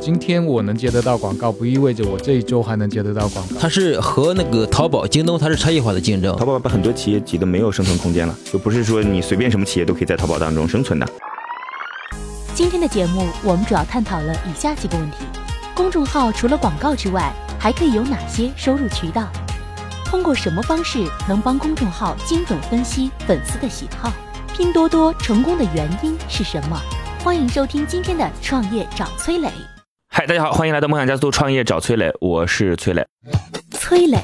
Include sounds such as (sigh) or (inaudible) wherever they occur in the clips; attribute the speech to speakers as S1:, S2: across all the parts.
S1: 今天我能接得到广告，不意味着我这一周还能接得到广告。
S2: 它是和那个淘宝、京东，它是差异化的竞争
S3: 淘。宝把很多企业挤得没有生存空间了，就不是说你随便什么企业都可以在淘宝当中生存的。
S4: 今天的节目，我们主要探讨了以下几个问题：公众号除了广告之外，还可以有哪些收入渠道？通过什么方式能帮公众号精准分析粉丝的喜好？拼多多成功的原因是什么？欢迎收听今天的《创业找崔磊》。
S3: 嗨，大家好，欢迎来到梦想加速度创业找崔磊，我是崔磊。
S4: 崔磊，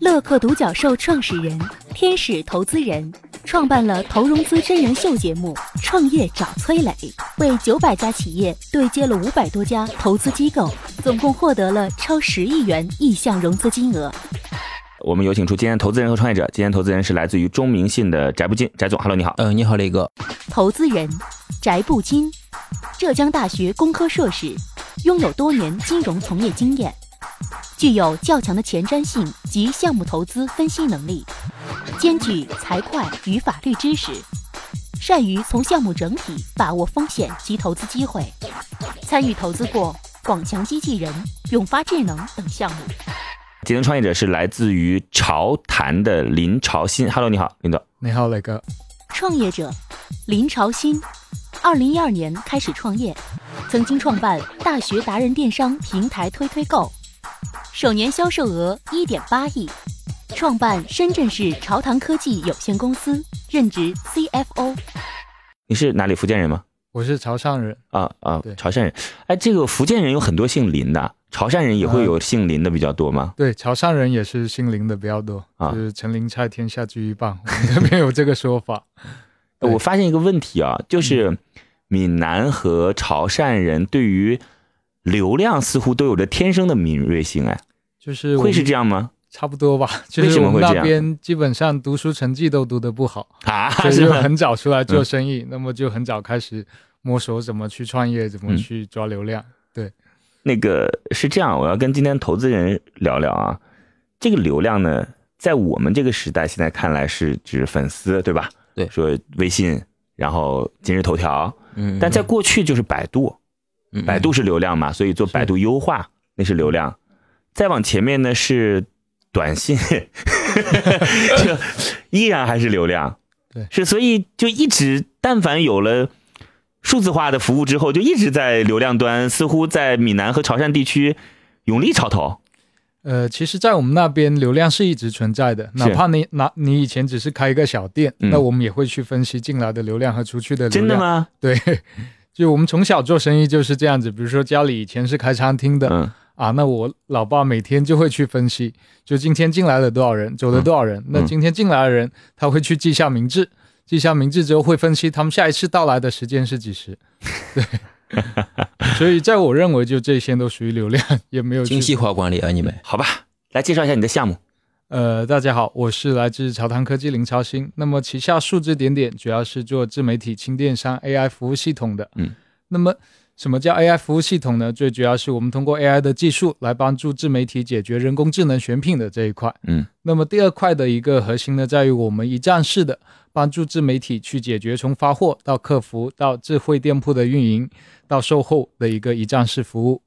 S4: 乐客独角兽创始人，天使投资人，创办了投融资真人秀节目《创业找崔磊》，为九百家企业对接了五百多家投资机构，总共获得了超十亿元意向融资金额。
S3: 我们有请出今天的投资人和创业者，今天投资人是来自于中明信的翟步进，翟总，Hello，你好。
S2: 嗯、你好，磊哥。
S4: 投资人翟步金，浙江大学工科硕士，拥有多年金融从业经验，具有较强的前瞻性及项目投资分析能力，兼具财会与法律知识，善于从项目整体把握风险及投资机会，参与投资过广强机器人、永发智能等项目。
S3: 今天创业者是来自于潮坛的林朝新，Hello，你好，林总。
S1: 你好，磊哥。
S4: 创业者林朝新，二零一二年开始创业，曾经创办大学达人电商平台推推购，首年销售额一点八亿，创办深圳市朝堂科技有限公司，任职 CFO。
S3: 你是哪里福建人吗？
S1: 我是潮汕人，
S3: 啊啊
S1: 对，
S3: 潮汕人。哎，这个福建人有很多姓林的，潮汕人也会
S1: 啊
S3: 有姓林的比较多吗？
S1: 对，潮汕人也是姓林的比较多，
S3: 啊
S1: 就是陈林菜天下居一棒，我们这边有这个说 (laughs) 法。对
S3: 呃
S1: 嗯
S3: 我发现一个问题啊，就是闽南和潮汕人对于流量似乎都有着天生的敏锐性，哎，
S1: 就是我们
S3: 会是这样吗？ (laughs)
S1: 差不多吧？就
S3: 为
S1: 是
S3: 什么
S1: 我们
S3: 会这
S1: 那
S3: 样
S1: 边基本上读书成绩都读得不 (laughs) 好，
S3: 啊，
S1: 所以
S3: 是
S1: 就
S3: 吧？
S1: 很早出来做生意，那么就很早开始摸索怎么去创业，怎么
S3: 嗯
S1: 去抓流量。
S3: 那个是这样，我要跟今天投资人聊聊啊，这个流量呢，在我们这个时代现在看来是指粉丝，对吧？
S2: 对
S3: 说微信，然后今日头条，
S2: 嗯
S3: 但在过去就是百度，
S2: 嗯
S3: 百度是流量嘛，所以做百度优化那是流量。再往前面呢是短信， (laughs) 就依然还是流量。
S1: 对
S3: 是所以就一直，但凡有了数字化的服务之后，就一直在流量端，似乎在闽南和潮汕地区永立潮头。
S1: 呃，其实，在我们那边流量是一直存在的，哪怕你拿你以前只是开一个小店，
S3: 嗯
S1: 那我们也会去分析进来的流量和出去的流量。
S3: 真的？吗？
S1: 对，就我们从小做生意就是这样子。比如说家里以前是开餐厅的、
S3: 嗯
S1: 啊，那我老爸每天就会去分析，就今天进来了多少人，走了多少
S3: 嗯
S1: 人。那今天进来的人，他会去记下名字，记下名字之后会分析他们下一次到来的时间是几时。
S3: (laughs)
S1: 对，所以在我认为，就这些都属于流量，也没有去
S2: 精细化管理啊，你们。
S3: 好吧，来介绍一下你的项目。
S1: 呃，大家好，我是来自潮堂科技林超新。那么旗下数字点点主要是做自媒体轻电商 AI 服务系统的。
S3: 嗯，
S1: 那么什么叫 AI 服务系统呢？最主要是我们通过 AI 的技术来帮助自媒体解决人工智能选品的这一块。
S3: 嗯，
S1: 那么第二块的一个核心呢，在于我们一站式的帮助自媒体去解决从发货到客服到智慧店铺的运营到售后的一个一站式服务。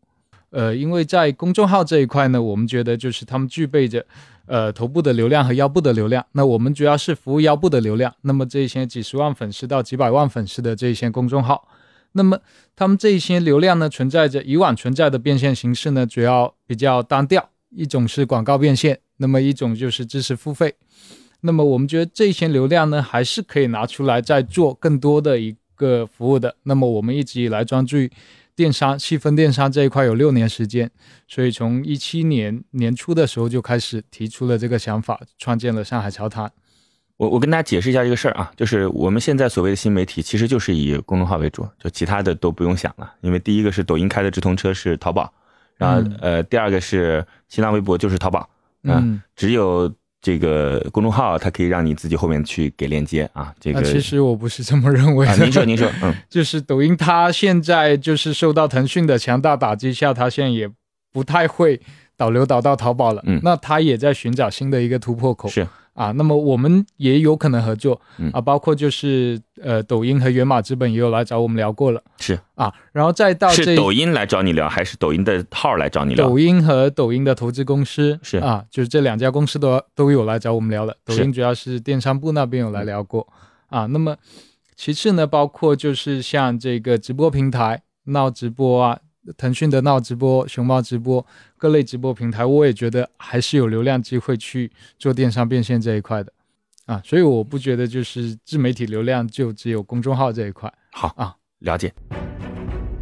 S1: 呃，因为在公众号这一块呢，我们觉得就是他们具备着呃头部的流量和腰部的流量。那我们主要是服务腰部的流量，那么这些几十万粉丝到几百万粉丝的这一些公众号，那么他们这一些流量呢，存在着以往存在的变现形式呢，主要比较单调，一种是广告变现，那么一种就是知识付费。那么我们觉得这些流量呢，还是可以拿出来再做更多的一个服务的。那么我们一直以来专注于电商、细分电商这一块有六年时间，所以从一七年年初的时候就开始提出了这个想法，创建了上海潮坛。
S3: 我我跟大家解释一下这个事儿啊，就是我们现在所谓的新媒体，其实就是以公众号为主，就其他的都不用想了。因为第一个是抖音开的直通车是淘宝，然后、
S1: 嗯
S3: 呃第二个是新浪微博就是淘宝，
S1: 嗯
S3: 只有这个公众号，它可以让你自己后面去给链接啊。这
S1: 那
S3: 个
S1: 其实我不是这么认为
S3: 啊，
S1: 的。
S3: 您说您说，嗯，
S1: (laughs) 就是抖音，它现在就是受到腾讯的强大打击下，它现在也不太会导流导到淘宝了。
S3: 嗯
S1: 那它也在寻找新的一个突破口。
S3: 是
S1: 啊，那么我们也有可能合作、
S3: 嗯
S1: 啊，包括就是呃，抖音和源码资本也有来找我们聊过了
S3: 是
S1: 啊，然后再到
S3: 是
S1: 这
S3: 抖音来找你聊，还是抖音的号来找你聊？
S1: 抖音和抖音的投资公司
S3: 是
S1: 啊，就是这两家公司都都有来找我们聊了。抖
S3: 是
S1: 音主要是电商部那边有来聊过啊。那么其次呢，包括就是像这个直播平台闹直播啊，腾讯的闹直播、熊猫直播各类直播平台，我也觉得还是有流量机会去做电商变现这一块的啊。所以我不觉得就是自媒体流量就只有公众号这一块。
S3: 好
S1: 啊，
S3: 了解。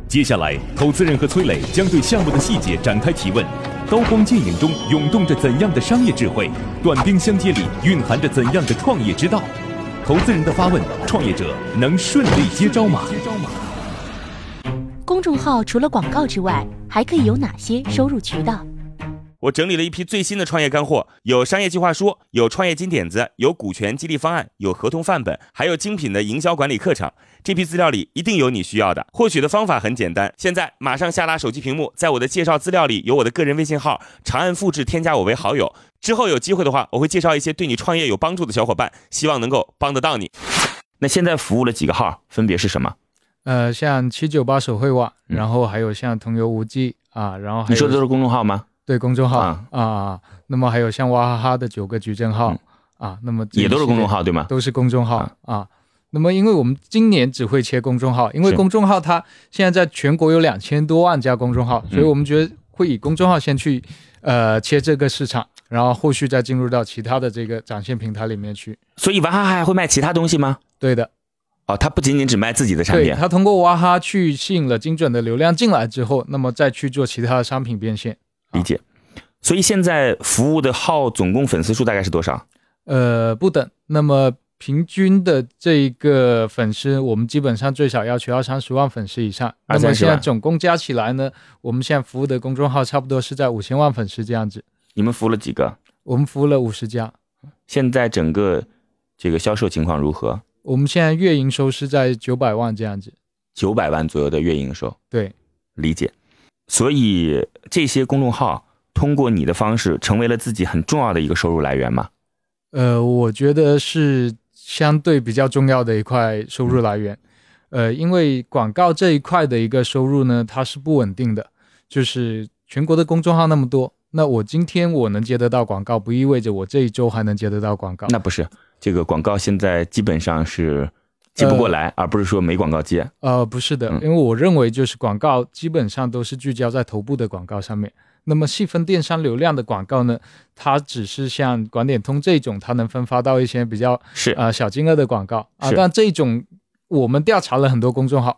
S5: 接下来，投资人和崔磊将对项目的细节展开提问。刀光剑影中涌动着怎样的商业智慧？短兵相接里蕴含着怎样的创业之道？投资人的发问，创业者能顺利接招吗？
S4: 公众号除了广告之外，还可以有哪些收入渠道？
S6: 我整理了一批最新的创业干货，有商业计划书，有创业金点子，有股权激励方案，有合同范本，还有精品的营销管理课程。这批资料里一定有你需要的。获取的方法很简单，现在马上下拉手机屏幕，在我的介绍资料里有我的个人微信号，长按复制添加我为好友。之后有机会的话，我会介绍一些对你创业有帮助的小伙伴，希望能够帮得到你。
S3: 那现在服务了几个号，分别是什么？
S1: 呃，像七九八手绘网，
S3: 嗯
S1: 然后还有像同游无忌啊，然后还有
S3: 你说的都是公众号吗？
S1: 对公众号
S3: 啊嗯
S1: 啊那么还有像娃哈哈的九个矩阵号、啊，那么这一
S3: 也都是公众
S1: 系
S3: 号对吗
S1: 列，？都是公众号
S3: 啊
S1: 啊那么因为我们今年只会切公众号，因为
S3: 是
S1: 公众号它现在在全国有两千多万家公众号，所以
S3: 嗯
S1: 我们觉得会以公众号先去呃切这个市场，然后后续再进入到其他的这个展现平台里面去。
S3: 所以娃哈哈还会卖其他东西吗？
S1: 对的，
S3: 哦，它不仅仅只卖自己的产
S1: 对
S3: 品，
S1: 它通过娃哈哈去吸引了精准的流量进来之后，那么再去做其他的商品变现。
S3: 理解。所以现在服务的号总共粉丝数大概是多少？
S1: 呃，不等。那么平均的这一个粉丝，我们基本上最少要求要三十万粉丝以上。
S3: 二
S1: 那
S3: 三
S1: 么
S3: 十
S1: 现
S3: 万
S1: 在总共加起来呢，我们现在服务的公众号差不多是在五千万粉丝这样子。
S3: 你们服务了几个？
S1: 我们服务了五十家，
S3: 现在整个这个销售情况如何？
S1: 我们现在月营收是在九百万这样子。
S3: 九百万左右的月营收，
S1: 对，
S3: 理解。所以这些公众号通过你的方式，成为了自己很重要的一个收入来源嘛？
S1: 呃，我觉得是相对比较重要的一块收入来源。呃，因为广告这一块的一个收入呢，它是不稳定的。就是全国的公众号那么多，那我今天我能接得到广告，不意味着我这一周还能接得到广告。
S3: 那不是，这个广告现在基本上是接不过来，而不是说没广告接。
S1: 呃，不是的，
S3: 嗯
S1: 因为我认为就是广告基本上都是聚焦在头部的广告上面。那么细分电商流量的广告呢，它只是像广点通这种，它能分发到一些比较
S3: 是
S1: 啊、小金额的广告啊
S3: 是，
S1: 但这种我们调查了很多公众号，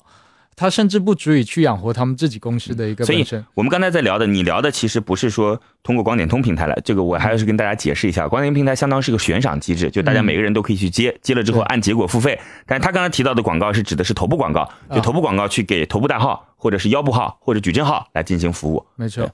S1: 它甚至不足以去养活他们自己公司的一个
S3: 嗯所以
S1: 本身。
S3: 我们刚才在聊的，你聊的其实不是说通过广点通平台来，这个我还要是跟大家解释一下，广点通平台相当是个悬赏机制，就大家
S1: 嗯
S3: 每个人都可以去接，接了之后
S1: 对
S3: 按结果付费。但是他刚才提到的广告是指的是头部广告，就
S1: 啊
S3: 头部广告去给头部大号或者是腰部号或者矩阵号来进行服务。
S1: 没错
S3: 对，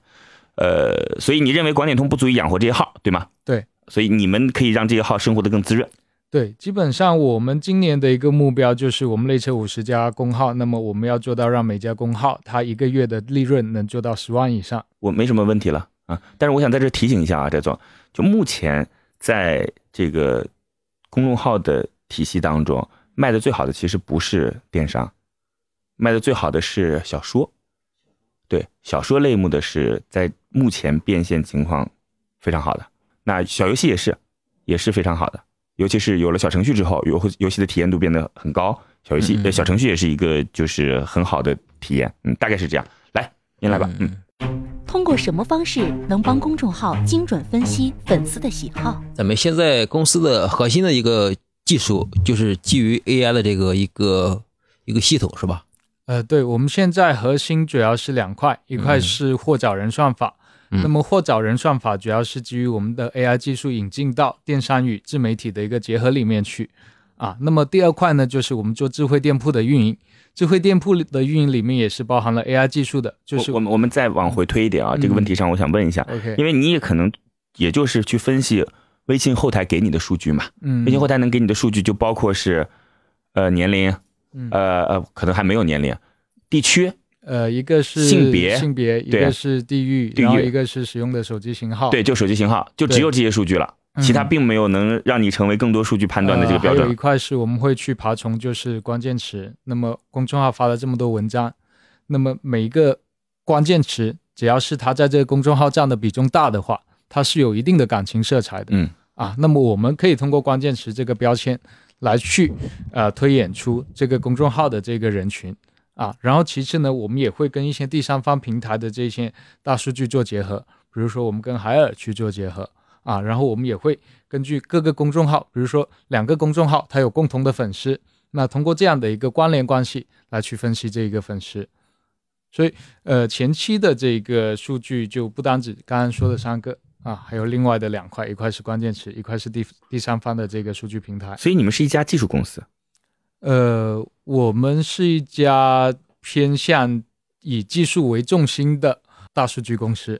S3: 呃，所以你认为广点通不足以养活这些号，对吗？
S1: 对。
S3: 所以你们可以让这些号生活的更滋润。
S1: 对，基本上我们今年的一个目标就是我们内测五十家公号，那么我们要做到让每家公号它一个月的利润能做到十万以上。
S3: 我没什么问题了啊。但是我想在这提醒一下啊，翟总，就目前在这个公众号的体系当中，卖的最好的其实不是电商，卖的最好的是小说。对，小说类目的是在目前变现情况非常好的，那小游戏也是，也是非常好的。尤其是有了小程序之后，游游戏的体验度变得很高，小游戏、
S2: 嗯
S3: 呃小程序也是一个就是很好的体验，嗯，大概是这样。来，您来吧，嗯
S4: 通过什么方式能帮公众号精准分析粉丝的喜好？
S2: 咱们嗯现在公司的核心的一个技术就是基于 AI 的这个一个一个系统是吧？
S1: 呃，对，我们现在核心主要是两块，一
S3: 嗯
S1: 块是获找人算法，
S2: 嗯
S1: 那么获找人算法主要是基于我们的 AI 技术引进到电商与自媒体的一个结合里面去啊。那么第二块呢，就是我们做智慧店铺的运营，智慧店铺的运营里面也是包含了 AI 技术的，就是嗯
S3: 我我们我们再往回推一点啊，这个问题上我想问一下，
S1: OK
S3: 因为你也可能也就是去分析微信后台给你的数据嘛。
S1: 嗯，
S3: 微信后台能给你的数据就包括是，呃，年龄，
S1: 嗯
S3: 呃呃，可能还没有年龄，地区，
S1: 呃，一个是
S3: 性别
S1: 性别，一
S3: 对啊
S1: 个是地域，
S3: 地
S1: 然后
S3: 域
S1: 一个是使用的手机型号，
S3: 对，就手机型号，就只有这些数据了，
S1: 嗯，
S3: 其他并没有能让你成为更多数据判断的这个标
S1: 呃。还有一
S3: 准。
S1: 块是我们会去爬虫，就是关键词。那么公众号发了这么多文章，那么每一个关键词，只要是它在这个公众号占的比重大的话，它是有一定的感情色彩的。
S3: 嗯
S1: 啊，那么我们可以通过关键词这个标签来去呃推演出这个公众号的这个人群。啊，然后其次呢，我们也会跟一些第三方平台的这些大数据做结合，比如说我们跟海尔去做结合啊，然后我们也会根据各个公众号，比如说两个公众号它有共同的粉丝，那通过这样的一个关联关系来去分析这一个粉丝。所以，呃，前期的这个数据就不单指刚刚说的三个啊，还有另外的两块，一块是关键词，一块是第第三方的这个数据平台。
S3: 所以你们是一家技术公司，
S1: 呃，我们是一家偏向以技术为重心的大数据公司。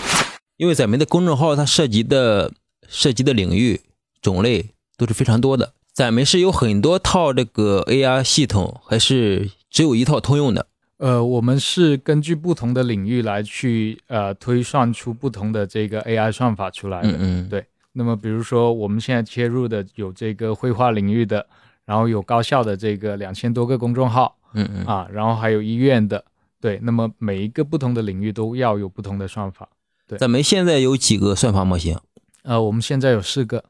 S2: 因为咱们的公众号它涉及的涉及的领域种类都是非常多的，咱们是有很多套这个 AI 系统，还是只有一套通用的？
S1: 呃，我们是根据不同的领域来去呃推算出不同的这个 AI 算法出来的。
S2: 嗯嗯，
S1: 对那么比如说我们现在切入的有这个绘画领域的，然后有高校的这个两千多个公众号
S2: 嗯嗯
S1: 啊，然后还有医院的，对，那么每一个不同的领域都要有不同的算法。
S2: 咱们现在有几个算法模型？
S1: 呃，我们现在有四个，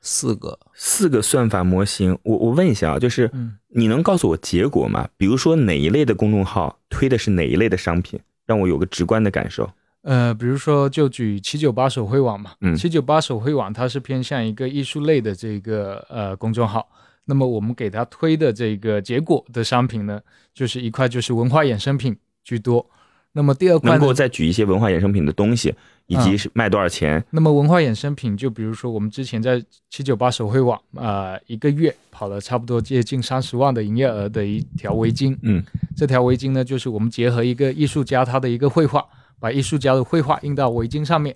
S2: 四个。
S3: 四个算法模型。我我问一下啊，就是
S1: 嗯
S3: 你能告诉我结果吗？比如说哪一类的公众号推的是哪一类的商品，让我有个直观的感受。
S1: 呃，比如说就举七九八手绘网嘛，
S3: 嗯
S1: 七九八手绘网它是偏向一个艺术类的这个呃公众号，那么我们给它推的这个结果的商品呢，就是一块就是文化衍生品居多，那么第二块
S3: 能
S1: 呢
S3: 够，再举一些文化衍生品的东西，以
S1: 嗯
S3: 及是卖多少钱，
S1: 那么文化衍生品就比如说我们之前在七九八手绘网呃一个月跑了差不多接近三十万的营业额的一条围巾，
S3: 嗯，
S1: 这条围巾呢就是我们结合一个艺术家他的一个绘画，把艺术家的绘画印到围巾上面。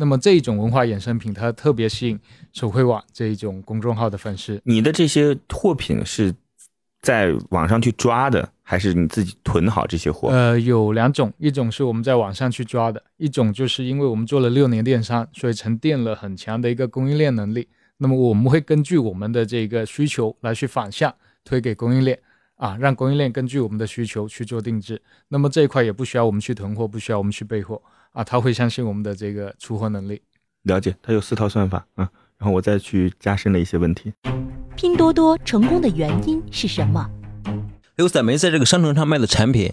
S1: 那么这一种文化衍生品，它特别吸引手绘网这一种公众号的粉丝。
S3: 你的这些货品是在网上去抓的，还是你自己囤好这些货？
S1: 呃，有两种，一种是我们在网上去抓的，一种就是因为我们做了六年电商，所以沉淀了很强的一个供应链能力。那么我们会根据我们的这个需求来去反向推给供应链啊，让供应链根据我们的需求去做定制。那么这一块也不需要我们去囤货，不需要我们去备货啊，他会相信我们的这个出货能力。
S3: 了解，它有四套算法啊。然后我再去加深了一些问题。
S4: 拼多多成功的原因是什么？
S2: 还有咱们在这个商城上卖的产品，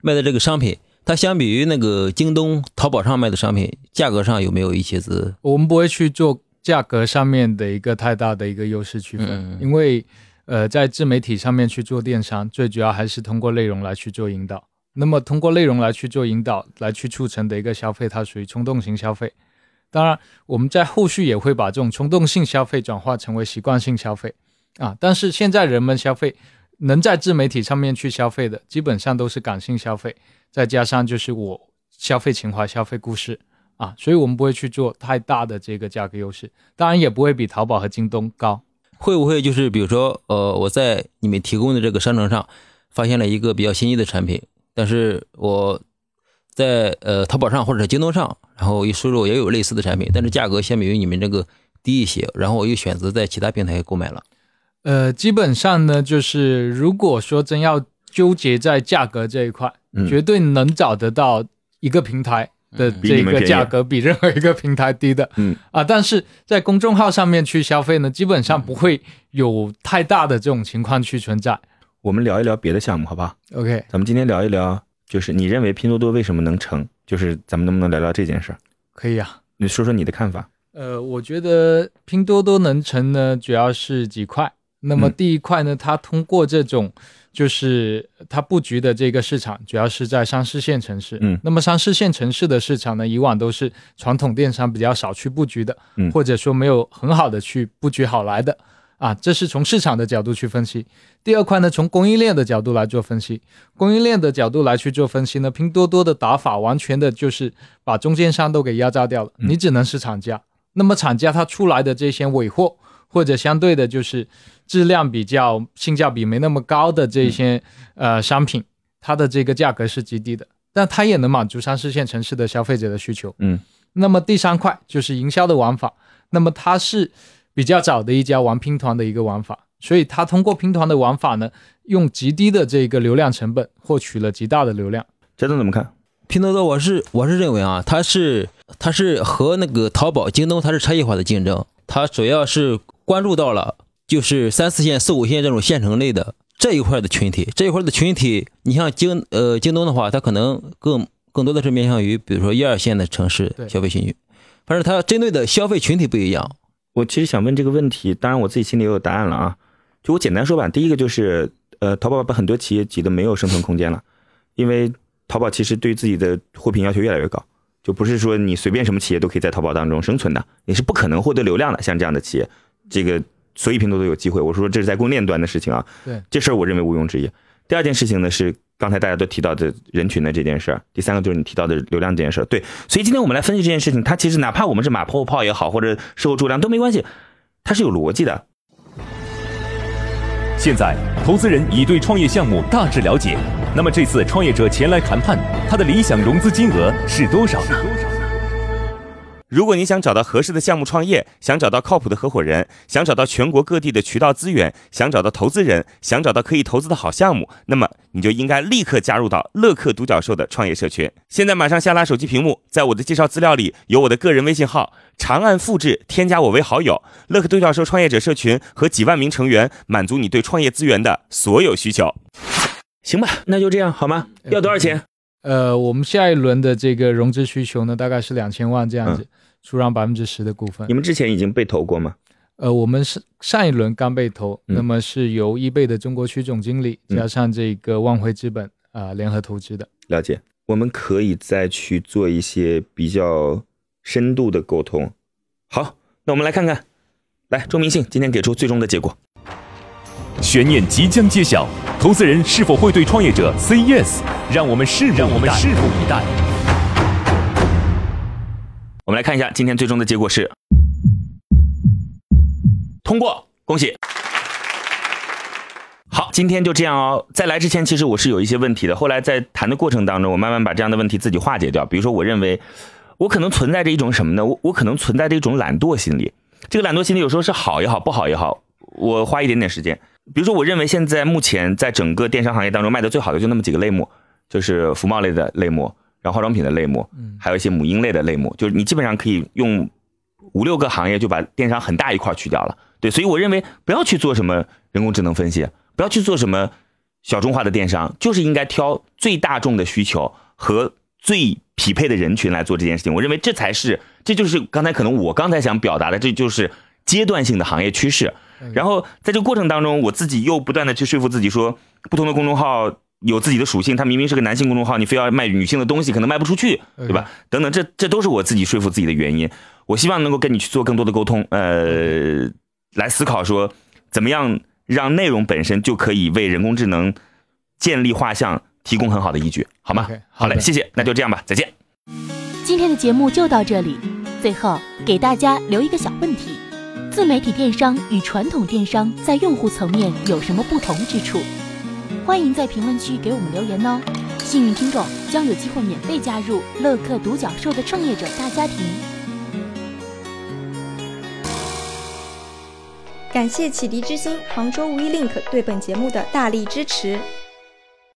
S2: 卖的这个商品，它相比于那个京东、淘宝上卖的商品，价格上有没有一些子？
S1: 我们不会去做价格上面的一个太大的一个优势区分，
S2: 嗯
S1: 因为呃，在自媒体上面去做电商，最主要还是通过内容来去做引导。那么通过内容来去做引导，来去促成的一个消费，它属于冲动型消费。当然，我们在后续也会把这种冲动性消费转化成为习惯性消费啊。但是现在人们消费能在自媒体上面去消费的，基本上都是感性消费，再加上就是我消费情怀、消费故事。啊，所以我们不会去做太大的这个价格优势，当然也不会比淘宝和京东高。
S2: 会不会就是比如说，呃，我在你们提供的这个商城上发现了一个比较新意的产品，但是我在呃淘宝上或者是京东上，然后一输入哎也有类似的产品，但是价格相比于你们这个低一些，然后我又选择在其他平台购买了。
S1: 呃，基本上呢，就是如果说真要纠结在价格这一块，
S3: 嗯
S1: 绝对能找得到一个平台的
S2: 嗯
S3: 比你
S1: 这
S3: 们
S1: 个
S3: 便宜
S1: 价格比任何一个平台低的。
S3: 嗯
S1: 啊，但是在公众号上面去消费呢，基本上不会有太大的这种情况去存在。
S3: 我们聊一聊别的项目，好不好？
S1: OK，
S3: 咱们今天聊一聊，就是你认为拼多多为什么能成？就是咱们能不能聊聊这件事儿？
S1: 可以啊。
S3: 你说说你的看法。
S1: 呃，我觉得拼多多能成呢，主要是几块。那么
S3: 嗯
S1: 第一块呢，它通过这种就是它布局的这个市场，主要是在三四线城市。
S3: 嗯
S1: 那么三四线城市的市场呢，以往都是传统电商比较少去布局的，
S3: 嗯
S1: 或者说没有很好的去布局好来的。啊，这是从市场的角度去分析。第二块呢，从供应链的角度来做分析。供应链的角度来去做分析呢，拼多多的打法完全的就是把中间商都给压榨掉了，
S3: 嗯
S1: 你只能是厂家。那么厂家它出来的这些尾货，或者相对的就是质量比较、性价比没那么高的这些、
S3: 嗯
S1: 呃商品，它的这个价格是极低的，但它也能满足三四线城市的消费者的需求。
S3: 嗯，
S1: 那么第三块就是营销的玩法，那么它是比较早的一家玩拼团的一个玩法，所以它通过拼团的玩法呢，用极低的这个流量成本获取了极大的流量。
S3: 这总怎么看？
S2: 拼多多，我是我是认为啊，它是它是和那个淘宝、京东它是差异化的竞争，它主要是关注到了就是三四线、四五线这种县城类的这一块的群体，这一块的群体，你像京呃京东的话，它可能更更多的是面向于比如说一二线的城市
S1: 对
S2: 消费群体，反正它针对的消费群体不一样。
S3: 我其实想问这个问题，当然我自己心里也有答案了啊。就我简单说吧，第一个就是，呃，淘宝把很多企业挤得没有生存空间了，因为淘宝其实对自己的货品要求越来越高，就不是说你随便什么企业都可以在淘宝当中生存的，你是不可能获得流量的。像这样的企业，这个所以拼多多有机会。我说这是在供应链端的事情啊，
S1: 对
S3: 这事儿我认为毋庸置疑。第二件事情呢是刚才大家都提到的人群的这件事儿，第三个就是你提到的流量这件事儿。对，所以今天我们来分析这件事情，它其实哪怕我们是马后炮也好，或者售后质量都没关系，它是有逻辑的。
S5: 现在，投资人已对创业项目大致了解。那么这次创业者前来谈判，他的理想融资金额是多少？
S6: 如果你想找到合适的项目创业，想找到靠谱的合伙人，想找到全国各地的渠道资源，想找到投资人，想找到可以投资的好项目，那么你就应该立刻加入到乐客独角兽的创业社群。现在马上下拉手机屏幕，在我的介绍资料里有我的个人微信号，长按复制添加我为好友。乐客独角兽创业者社群和几万名成员，满足你对创业资源的所有需求。
S3: 行吧，那就这样好吗？要多少钱？
S1: 呃，我们下一轮的这个融资需求呢，大概是两千万这样子，出让百分之十的股份
S3: 嗯你。们之前已经被投过吗？
S1: 呃，我们是上一轮刚被投，
S3: 嗯
S1: 那么是由易贝的中国区总经理
S3: 嗯
S1: 加上这个万辉资本啊、联合投资的。
S3: 了解，我们可以再去做一些比较深度的沟通。好，那我们来看看，来周明信今天给出最终的结果。
S5: 悬念即将揭晓，投资人是否会对创业者 say yes？让我们拭目我们拭目以待。
S3: 我们来看一下今天最终的结果是通过，恭喜。好，今天就这样哦。在来之前，其实我是有一些问题的。后来在谈的过程当中，我慢慢把这样的问题自己化解掉。比如说，我认为我可能存在着一种什么呢？我我可能存在着一种懒惰心理。这个懒惰心理有时候是好也好，不好也好，我花一点点时间。比如说，我认为现在目前在整个电商行业当中卖的最好的就那么几个类目，就是服贸类的类目，然后化妆品的类目，
S1: 嗯
S3: 还有一些母婴类的类目，就是你基本上可以用五六个行业就把电商很大一块去掉了。对，所以我认为不要去做什么人工智能分析，不要去做什么小众化的电商，就是应该挑最大众的需求和最匹配的人群来做这件事情。我认为这才是，这就是刚才可能我刚才想表达的，这就是阶段性的行业趋势。然后在这个过程当中，我自己又不断的去说服自己说，不同的公众号有自己的属性，它明明是个男性公众号，你非要卖女性的东西，可能卖不出去，
S1: 哎呃
S3: 对吧？等等，这这都是我自己说服自己的原因。我希望能够跟你去做更多的沟通，呃，来思考说怎么样让内容本身就可以为人工智能建立画像提供很好的依据，好吗
S1: OK，
S3: 好嘞，
S1: 好的
S3: 谢谢，那就这样吧，再见。
S4: 今天的节目就到这里。最后给大家留一个小问题：自媒体电商与传统电商在用户层面有什么不同之处？欢迎在评论区给我们留言哦。幸运听众将有机会免费加入乐客独角兽的创业者大家庭。
S7: 感谢启迪之星、杭州无一 link 对本节目的大力支持。